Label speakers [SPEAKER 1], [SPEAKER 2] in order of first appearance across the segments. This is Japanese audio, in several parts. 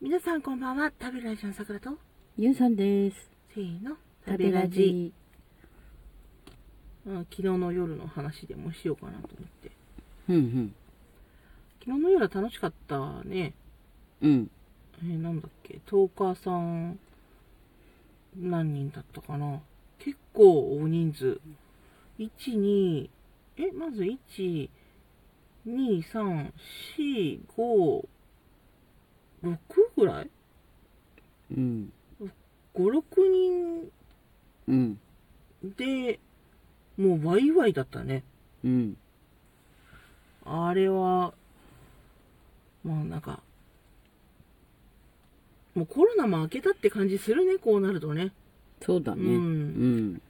[SPEAKER 1] 皆さんこんばんは食べラジのさくらと
[SPEAKER 2] ゆんさんです。
[SPEAKER 1] せーの
[SPEAKER 2] 食べラジ。
[SPEAKER 1] うん、昨日の夜の話でもしようかなと思って
[SPEAKER 2] うん
[SPEAKER 1] 昨日の夜は楽しかったね
[SPEAKER 2] うん。うん。
[SPEAKER 1] えーなんだっけトーカーさん何人だったかな結構大人数12えまず12345ぐらい
[SPEAKER 2] うん。
[SPEAKER 1] 56人
[SPEAKER 2] うん。
[SPEAKER 1] でもうワイワイだったね
[SPEAKER 2] うん。
[SPEAKER 1] あれは、まあなんか、もうコロナも明けたって感じするね、こうなるとね。
[SPEAKER 2] そうだね。
[SPEAKER 1] う
[SPEAKER 2] うんん。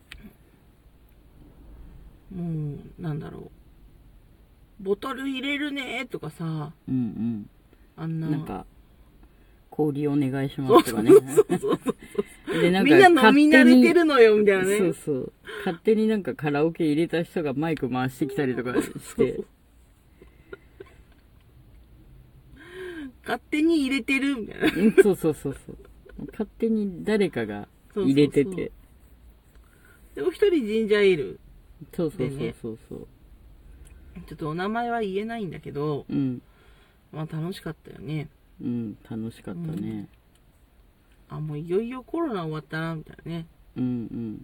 [SPEAKER 1] もう、なんだろう。ボトル入れるねとかさ、
[SPEAKER 2] うんうん。
[SPEAKER 1] あんな。
[SPEAKER 2] なんか、氷お願いし
[SPEAKER 1] そ
[SPEAKER 2] ま
[SPEAKER 1] う
[SPEAKER 2] す
[SPEAKER 1] そ
[SPEAKER 2] と
[SPEAKER 1] う
[SPEAKER 2] かね。
[SPEAKER 1] そうそうそう。
[SPEAKER 2] で、なん
[SPEAKER 1] みんな飲み慣れてるのよ、みたいな
[SPEAKER 2] 勝手にそう
[SPEAKER 1] ね。
[SPEAKER 2] そう。勝手になんかカラオケ入れた人がマイク回してきたりとかして。
[SPEAKER 1] 勝手に入れてる、みたいな。
[SPEAKER 2] うんそうそうそうそう。勝手に誰かが入れてて。
[SPEAKER 1] でも一人ジンジャーエール。
[SPEAKER 2] そうそう
[SPEAKER 1] で
[SPEAKER 2] そう
[SPEAKER 1] ね
[SPEAKER 2] そうそう。
[SPEAKER 1] ちょっとお名前は言えないんだけど、
[SPEAKER 2] うん。
[SPEAKER 1] まあ楽しかったよね。
[SPEAKER 2] うん。楽しかったね。
[SPEAKER 1] あ、もういよいよコロナ終わったな、みたいなね。
[SPEAKER 2] うん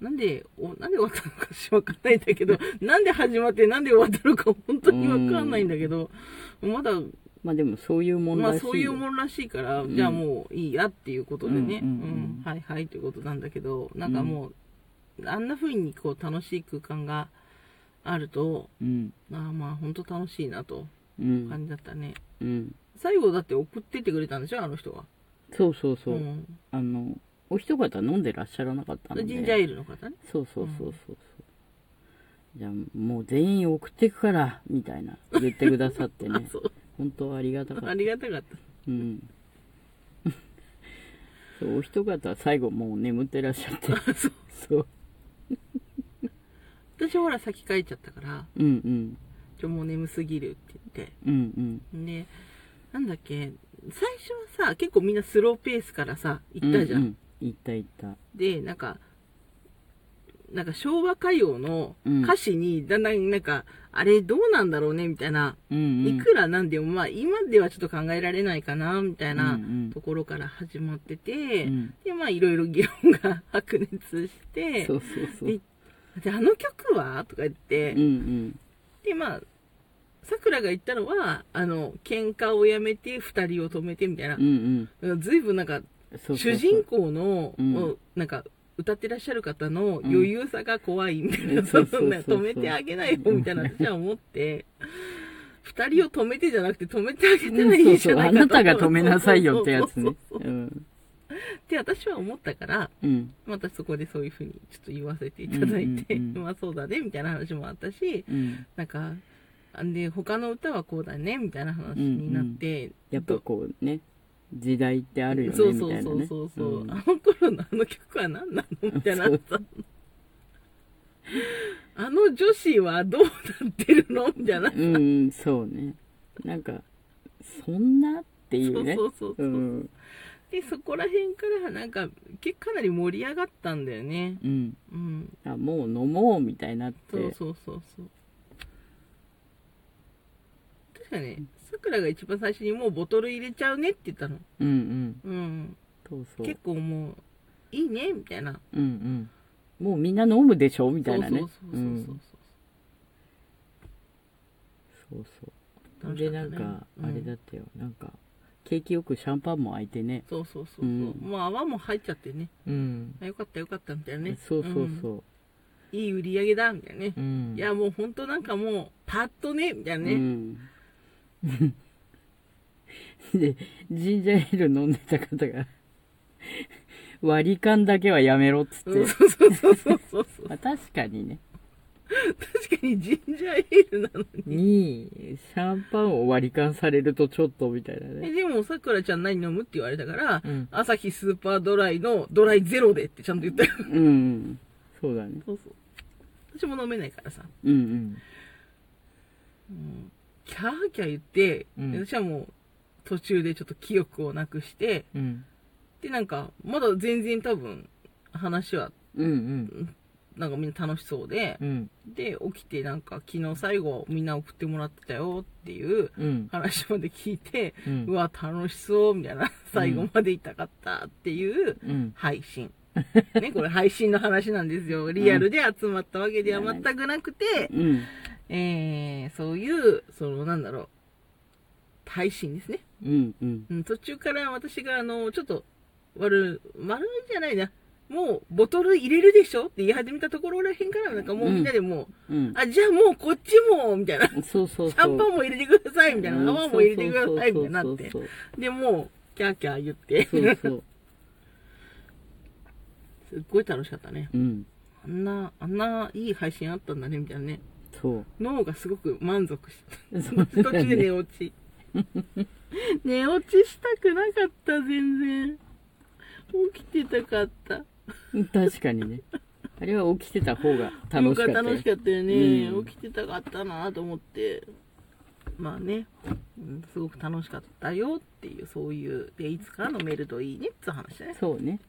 [SPEAKER 1] なんで、おなんで終わったのかしわかんないんだ けど、なんで始まってなんで終わったのか本当にわかんないんだけど、まだ、
[SPEAKER 2] うん。まあでもそういう問
[SPEAKER 1] まあ
[SPEAKER 2] 題
[SPEAKER 1] そういうもんらしいから、
[SPEAKER 2] ん
[SPEAKER 1] じゃあもういいやっていうことでね、う
[SPEAKER 2] うんんうんうん
[SPEAKER 1] はいはいということなんだけど、なんかもう、あんな風にこう楽しい空間があると、
[SPEAKER 2] うん。
[SPEAKER 1] ああまあ本当楽しいなと
[SPEAKER 2] うん。
[SPEAKER 1] 感じだったね。
[SPEAKER 2] うん、
[SPEAKER 1] 最後だって送ってってくれたんでしょ、あの人が。
[SPEAKER 2] そうそうそう、
[SPEAKER 1] ん、
[SPEAKER 2] あのお一方飲んでらっしゃらなかったので
[SPEAKER 1] ジンジャーエールの方ね。
[SPEAKER 2] そうそうそうそうそう、じゃあもう全員送ってくからみたいな言ってくださって
[SPEAKER 1] あ
[SPEAKER 2] ね
[SPEAKER 1] そう。
[SPEAKER 2] 本当ありがたか った
[SPEAKER 1] ありがたかった。
[SPEAKER 2] うん そうお一方最後もう眠ってらっしゃって
[SPEAKER 1] そう
[SPEAKER 2] そう
[SPEAKER 1] 私ほら先帰っちゃったから、
[SPEAKER 2] うんうん
[SPEAKER 1] ちょ、もう眠すぎるって言って。
[SPEAKER 2] うんうん
[SPEAKER 1] でなんだっけ最初はさ結構みんなスローペースからさ行ったじゃん、
[SPEAKER 2] うう行った行った
[SPEAKER 1] でなんかなんか昭和歌謡の
[SPEAKER 2] うん
[SPEAKER 1] 歌詞にだんだんなんか、あれどうなんだろうねみたいな、
[SPEAKER 2] うんうん
[SPEAKER 1] いくらなんでもまあ今ではちょっと考えられないかなみたい
[SPEAKER 2] うん
[SPEAKER 1] な
[SPEAKER 2] うん
[SPEAKER 1] ところから始まってて、
[SPEAKER 2] うん
[SPEAKER 1] でまあいろいろ議論が白熱して
[SPEAKER 2] そうそうそう
[SPEAKER 1] でであの曲はとか言って、
[SPEAKER 2] うんうん
[SPEAKER 1] でまあさくらが言ったのはあの喧嘩をやめて2人を止めてみたいな
[SPEAKER 2] うんう、ん
[SPEAKER 1] ずいぶんなんか
[SPEAKER 2] そうそうそう
[SPEAKER 1] 主人公の、
[SPEAKER 2] うん
[SPEAKER 1] をなんか歌ってらっしゃる方の余裕さが怖いみたいな、
[SPEAKER 2] うん
[SPEAKER 1] そんな
[SPEAKER 2] そうそうそうそう
[SPEAKER 1] 止めてあげないよみたいな私は思って2人を止めてじゃなくて止めてあげたらい
[SPEAKER 2] そう
[SPEAKER 1] いじ
[SPEAKER 2] そ
[SPEAKER 1] ゃ
[SPEAKER 2] う
[SPEAKER 1] な
[SPEAKER 2] あ
[SPEAKER 1] いか
[SPEAKER 2] な
[SPEAKER 1] と
[SPEAKER 2] たが止めなさいよってやつ
[SPEAKER 1] そうそう
[SPEAKER 2] ね
[SPEAKER 1] そうそう
[SPEAKER 2] うん
[SPEAKER 1] って私は思ったから
[SPEAKER 2] うん
[SPEAKER 1] またそこでそういうふうにちょっと言わせていただいて、
[SPEAKER 2] うんうんうん
[SPEAKER 1] まあそうだねみたいな話もあったし
[SPEAKER 2] うん
[SPEAKER 1] なんかあんで他の歌はこうだねみたいな話になって、
[SPEAKER 2] やっぱこうね時代ってあるよね
[SPEAKER 1] そう
[SPEAKER 2] み
[SPEAKER 1] そ
[SPEAKER 2] た
[SPEAKER 1] う
[SPEAKER 2] いな
[SPEAKER 1] そ
[SPEAKER 2] ね
[SPEAKER 1] うそうそう、
[SPEAKER 2] ん
[SPEAKER 1] あの頃のあの曲は何なのみたいな
[SPEAKER 2] そう
[SPEAKER 1] あの女子はどうなってるのみたいな
[SPEAKER 2] うんうんそうねなんかそんなってい
[SPEAKER 1] そうう
[SPEAKER 2] ね
[SPEAKER 1] そうそうそう、
[SPEAKER 2] うん
[SPEAKER 1] でそこら辺からなんか結構かなり盛り上がったんだよね
[SPEAKER 2] うん
[SPEAKER 1] うん
[SPEAKER 2] あもう飲もうみたいになっ
[SPEAKER 1] そう
[SPEAKER 2] て
[SPEAKER 1] そうそうそう確かねさくらが一番最初にもうボトル入れちゃうねって言ったの
[SPEAKER 2] うんうん
[SPEAKER 1] うん
[SPEAKER 2] そうそう
[SPEAKER 1] 結構もういいねみたいな
[SPEAKER 2] うんうんもうみんな飲むでしょみたいなね
[SPEAKER 1] そうそうそうそうそうそう、
[SPEAKER 2] うんそうそ
[SPEAKER 1] 楽
[SPEAKER 2] う
[SPEAKER 1] し
[SPEAKER 2] で
[SPEAKER 1] かっ
[SPEAKER 2] な
[SPEAKER 1] たね
[SPEAKER 2] んか
[SPEAKER 1] うん
[SPEAKER 2] あれだったよなんか景気よくシャンパンも開いてね
[SPEAKER 1] そうそうそうそう、
[SPEAKER 2] うん
[SPEAKER 1] もう泡も入っちゃってね
[SPEAKER 2] うん
[SPEAKER 1] あよかったよかったみたいなね
[SPEAKER 2] そうそうそううん
[SPEAKER 1] いい売り上げだみたいなね、
[SPEAKER 2] うん
[SPEAKER 1] いやもうほんとなんかもうパッとねみたいなね、
[SPEAKER 2] うん、でジンジャーエール飲んでた方が割り勘だけはやめろっつって、
[SPEAKER 1] うんそうそうそうそうそうそう
[SPEAKER 2] まあ、確かにね
[SPEAKER 1] 確かにジンジャーエールなのに
[SPEAKER 2] にシャンパンを割り勘されるとちょっとみたいな
[SPEAKER 1] え
[SPEAKER 2] ね
[SPEAKER 1] でもさくらちゃん何飲むって言われたから、
[SPEAKER 2] うん
[SPEAKER 1] 朝日スーパードライのドライゼロでってちゃんと言ったよ
[SPEAKER 2] うんそうだね
[SPEAKER 1] そうそう私も飲めないからさ
[SPEAKER 2] うん
[SPEAKER 1] キャーキャー言って、
[SPEAKER 2] うん
[SPEAKER 1] 私はもう途中でちょっと記憶をなくして、
[SPEAKER 2] うん。
[SPEAKER 1] で、なんか、まだ全然多分、話は、
[SPEAKER 2] うんうん。
[SPEAKER 1] なんかみんな楽しそうで、
[SPEAKER 2] うん。
[SPEAKER 1] で、起きてなんか、昨日最後みんな送ってもらってたよっていう
[SPEAKER 2] うん。
[SPEAKER 1] 話まで聞いて、
[SPEAKER 2] うん
[SPEAKER 1] うわ、楽しそう、みたいな、最後まで痛かったっていう
[SPEAKER 2] うん。
[SPEAKER 1] 配信。ね、これ配信の話なんですよ。リアルで集まったわけでは全くなくて、
[SPEAKER 2] うん。
[SPEAKER 1] えー、そういう、その、なんだろう、配信ですね。
[SPEAKER 2] うん。うん。
[SPEAKER 1] うん、途中から私が、あの、ちょっと、悪、悪いじゃないな。もう、ボトル入れるでしょって言い始めたところらへんから、なんかもうみんなでも
[SPEAKER 2] うん
[SPEAKER 1] う、。あ、じゃあもうこっちも、みたいな。
[SPEAKER 2] そうそうそう。
[SPEAKER 1] シャンパンも入れてください、みたいな。泡も入れてください、みたいになって
[SPEAKER 2] そ。う
[SPEAKER 1] で、もう、キャーキャー言って。
[SPEAKER 2] そうそうそうそう。
[SPEAKER 1] すっごい楽しかったね。
[SPEAKER 2] うん。
[SPEAKER 1] あんな、あんないい配信あったんだね、みたいなね。
[SPEAKER 2] そう。
[SPEAKER 1] 脳がすごく満足した。
[SPEAKER 2] そう
[SPEAKER 1] 途
[SPEAKER 2] だね
[SPEAKER 1] 中で寝落ち。 寝落ちしたくなかった、全然。起きてたかった。
[SPEAKER 2] 確かにね。あれは起きてた方が楽しかったよ。
[SPEAKER 1] 楽しかったよね、
[SPEAKER 2] うん
[SPEAKER 1] 起きてたかったなと思ってまあね、うん、すごく楽しかったよっていうそういうでいつからのメールといいねって話だね
[SPEAKER 2] そうね。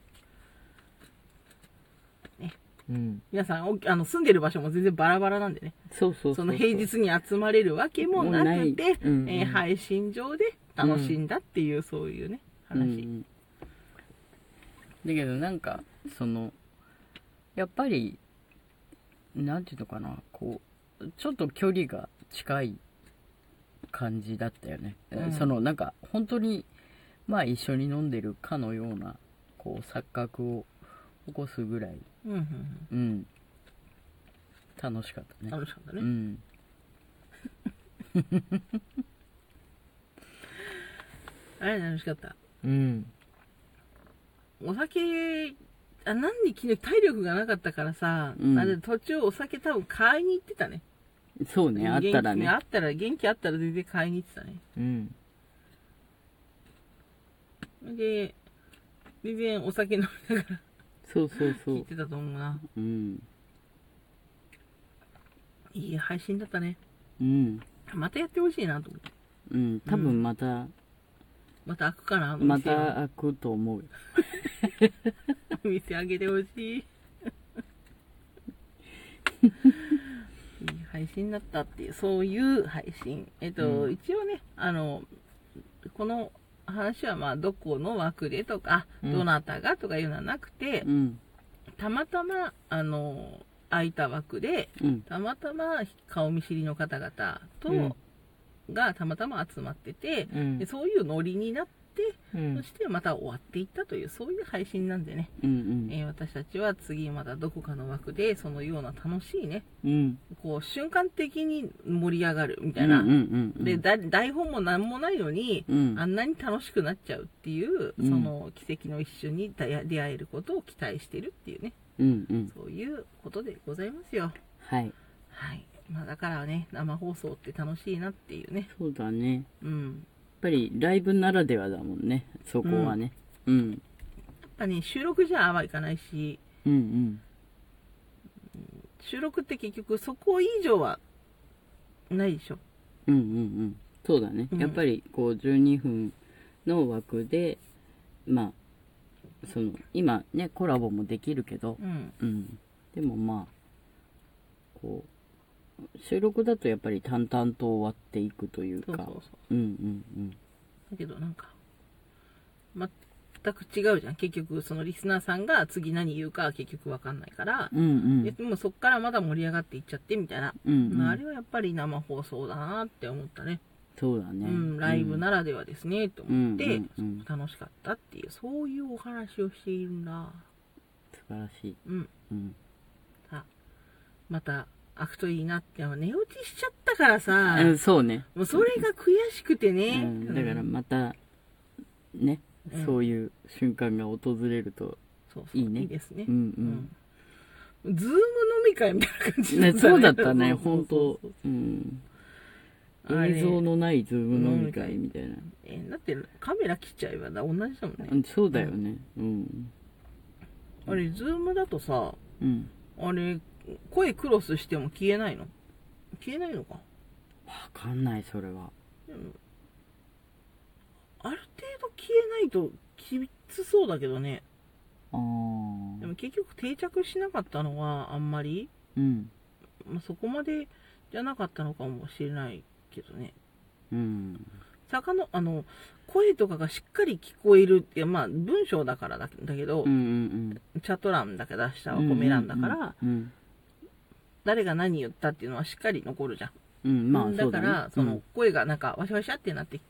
[SPEAKER 1] ね
[SPEAKER 2] うん。
[SPEAKER 1] 皆さんおあの住んでる場所も全然バラバラなんでね
[SPEAKER 2] そうそうう。
[SPEAKER 1] その平日に集まれるわけもな
[SPEAKER 2] もうな
[SPEAKER 1] く
[SPEAKER 2] い
[SPEAKER 1] て、
[SPEAKER 2] うんうん
[SPEAKER 1] えー配信上で楽しんだっていう、そういうね
[SPEAKER 2] うんう
[SPEAKER 1] 話、
[SPEAKER 2] んだけどなんか、その、やっぱり、なんていうのかな、こう、ちょっと距離が近い感じだったよね。
[SPEAKER 1] うん
[SPEAKER 2] その、なんか、本当に、まあ一緒に飲んでるかのような、こう、錯覚を起こすぐらい、
[SPEAKER 1] うんうんうん
[SPEAKER 2] うん。楽しかったね。
[SPEAKER 1] 楽しかったね、
[SPEAKER 2] うん。
[SPEAKER 1] あれ楽しかった
[SPEAKER 2] うん。
[SPEAKER 1] お酒あなんで昨日体力がなかったからさ、
[SPEAKER 2] うん
[SPEAKER 1] あれ途中お酒多分買いに行ってたね
[SPEAKER 2] そうね、あったら
[SPEAKER 1] 元気
[SPEAKER 2] ね
[SPEAKER 1] あ。ったら、元気あったら全然買いに行ってたね。
[SPEAKER 2] うん。
[SPEAKER 1] で、全然お酒飲みながら
[SPEAKER 2] そうそうそ。
[SPEAKER 1] 聞いうてたと思うな。
[SPEAKER 2] うん。
[SPEAKER 1] いい配信だったね。
[SPEAKER 2] うん。
[SPEAKER 1] またやってほしいなと思って。
[SPEAKER 2] うん。多分また、
[SPEAKER 1] また開くかな、
[SPEAKER 2] また開くと思うよ。
[SPEAKER 1] お店開けてほしい。いい配信だったっていう、そういう配信。えっと、
[SPEAKER 2] うん
[SPEAKER 1] 一応ね、あの、この話はまあ、どこの枠でとか、
[SPEAKER 2] うん
[SPEAKER 1] どなたがとかいうのはなくて、
[SPEAKER 2] うん。
[SPEAKER 1] たまたま、あの、空いた枠で、
[SPEAKER 2] うん。
[SPEAKER 1] たまたま顔見知りの方々と、
[SPEAKER 2] うん
[SPEAKER 1] がたまたま集まってて、
[SPEAKER 2] うん
[SPEAKER 1] で。そういうノリになって、
[SPEAKER 2] うん
[SPEAKER 1] そしてまた終わっていったというそういう配信なんでね、
[SPEAKER 2] うん。
[SPEAKER 1] えー私たちは次またどこかの枠でそのような楽しいね
[SPEAKER 2] うん。
[SPEAKER 1] こう瞬間的に盛り上がるみ
[SPEAKER 2] う
[SPEAKER 1] たい
[SPEAKER 2] ん。う
[SPEAKER 1] な、
[SPEAKER 2] ん。
[SPEAKER 1] でだ台本も何もないのに、
[SPEAKER 2] うん
[SPEAKER 1] あ。んなに楽しくなっちゃうっていう、
[SPEAKER 2] う
[SPEAKER 1] そ
[SPEAKER 2] ん
[SPEAKER 1] の奇跡の一瞬に出会出会えることを期待してるっていうね
[SPEAKER 2] うん。うん。
[SPEAKER 1] そういうことでございますよ。
[SPEAKER 2] はい。
[SPEAKER 1] はい。まあだからね、生放送って楽しいなっていうね。
[SPEAKER 2] そうだね。や
[SPEAKER 1] う
[SPEAKER 2] っ
[SPEAKER 1] ん。
[SPEAKER 2] ぱりライブならではだもんね。そこはね。うん。
[SPEAKER 1] やっぱね、収録じゃあはいかないし、
[SPEAKER 2] うん
[SPEAKER 1] 収録って結局そこ以上はないでしょ。
[SPEAKER 2] うん。うんうんうん。そうだね。やっぱりこう12分の枠で、まあ、その、今ね、コラボもできるけど、
[SPEAKER 1] うん。
[SPEAKER 2] うん、でもまあこう収録だとやっぱり淡々と終わっていくという
[SPEAKER 1] そうそ
[SPEAKER 2] か
[SPEAKER 1] うそう。
[SPEAKER 2] うんうん
[SPEAKER 1] だけどなんか、全く違うじゃん。結局そのリスナーさんが次何言うか結局わかんないから、
[SPEAKER 2] うんうん
[SPEAKER 1] でもうそっからまだ盛り上がっていっちゃってみたいな。
[SPEAKER 2] うんうん
[SPEAKER 1] まあ、あれはやっぱり生放送だなって思ったね。
[SPEAKER 2] そうだね
[SPEAKER 1] うん、ライブならではですね、と思って、
[SPEAKER 2] うんうんうん
[SPEAKER 1] 楽しかったっていう、そういうお話をしているんだ。
[SPEAKER 2] 素晴らしい、
[SPEAKER 1] うん。
[SPEAKER 2] うん、
[SPEAKER 1] さまた、開くといいなって、寝落ちしちゃったからさ、
[SPEAKER 2] うんそうね、
[SPEAKER 1] もうそれが悔しくて
[SPEAKER 2] う
[SPEAKER 1] ね。
[SPEAKER 2] ん、だから
[SPEAKER 1] うん
[SPEAKER 2] またね、
[SPEAKER 1] うん
[SPEAKER 2] そういう瞬間が訪れると
[SPEAKER 1] そうそう
[SPEAKER 2] い
[SPEAKER 1] い
[SPEAKER 2] いね
[SPEAKER 1] ですね
[SPEAKER 2] う。ん
[SPEAKER 1] うんズーム飲み会みたいな感
[SPEAKER 2] う
[SPEAKER 1] じ
[SPEAKER 2] ん、ね、そうだったね
[SPEAKER 1] そうそう
[SPEAKER 2] 本当
[SPEAKER 1] そう
[SPEAKER 2] うん
[SPEAKER 1] あれ
[SPEAKER 2] 映像のないズーム飲み会みたいな、
[SPEAKER 1] えーだってカメラ切っちゃえばだ同じだもんね。
[SPEAKER 2] うん、そうだよねうん
[SPEAKER 1] あれ、ズームだとさ、
[SPEAKER 2] うん
[SPEAKER 1] あれ、声クロスしても消えないの消えないのか
[SPEAKER 2] わかんないそれは
[SPEAKER 1] でもある程度消えないときつそうだけどね
[SPEAKER 2] ああ
[SPEAKER 1] でも結局定着しなかったのはあんまり、
[SPEAKER 2] うん
[SPEAKER 1] まあ、そこまでじゃなかったのかもしれないけどね
[SPEAKER 2] うん
[SPEAKER 1] 魚あの声とかがしっかり聞こえるいやまあ文章だからだだけど、
[SPEAKER 2] うんうん
[SPEAKER 1] チャット欄だけ出した
[SPEAKER 2] う
[SPEAKER 1] は
[SPEAKER 2] ん
[SPEAKER 1] コメ欄だから、
[SPEAKER 2] うん
[SPEAKER 1] 誰が何言ったっていうのはしっかり残るじゃん、
[SPEAKER 2] うんまあ
[SPEAKER 1] だからそ,、
[SPEAKER 2] うだね
[SPEAKER 1] の声がなんかワシャワシャってなってち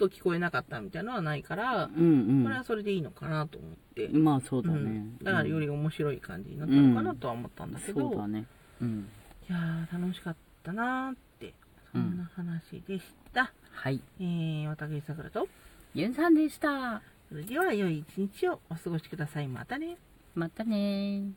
[SPEAKER 1] ょっと聞こえなかったみたいなのはないから、
[SPEAKER 2] うんうん
[SPEAKER 1] これはそれでいいのかなと思って、
[SPEAKER 2] まあそうだ
[SPEAKER 1] う
[SPEAKER 2] ね
[SPEAKER 1] んだからより面白い感じになったのかなとは思ったんだけど、
[SPEAKER 2] そうだねうん
[SPEAKER 1] いやー楽しかったなーってそんな話でした、
[SPEAKER 2] はい
[SPEAKER 1] えー、私さくらと
[SPEAKER 2] ゆんさんでした
[SPEAKER 1] それでは良い一日をお過ごしくださいまたね
[SPEAKER 2] またねー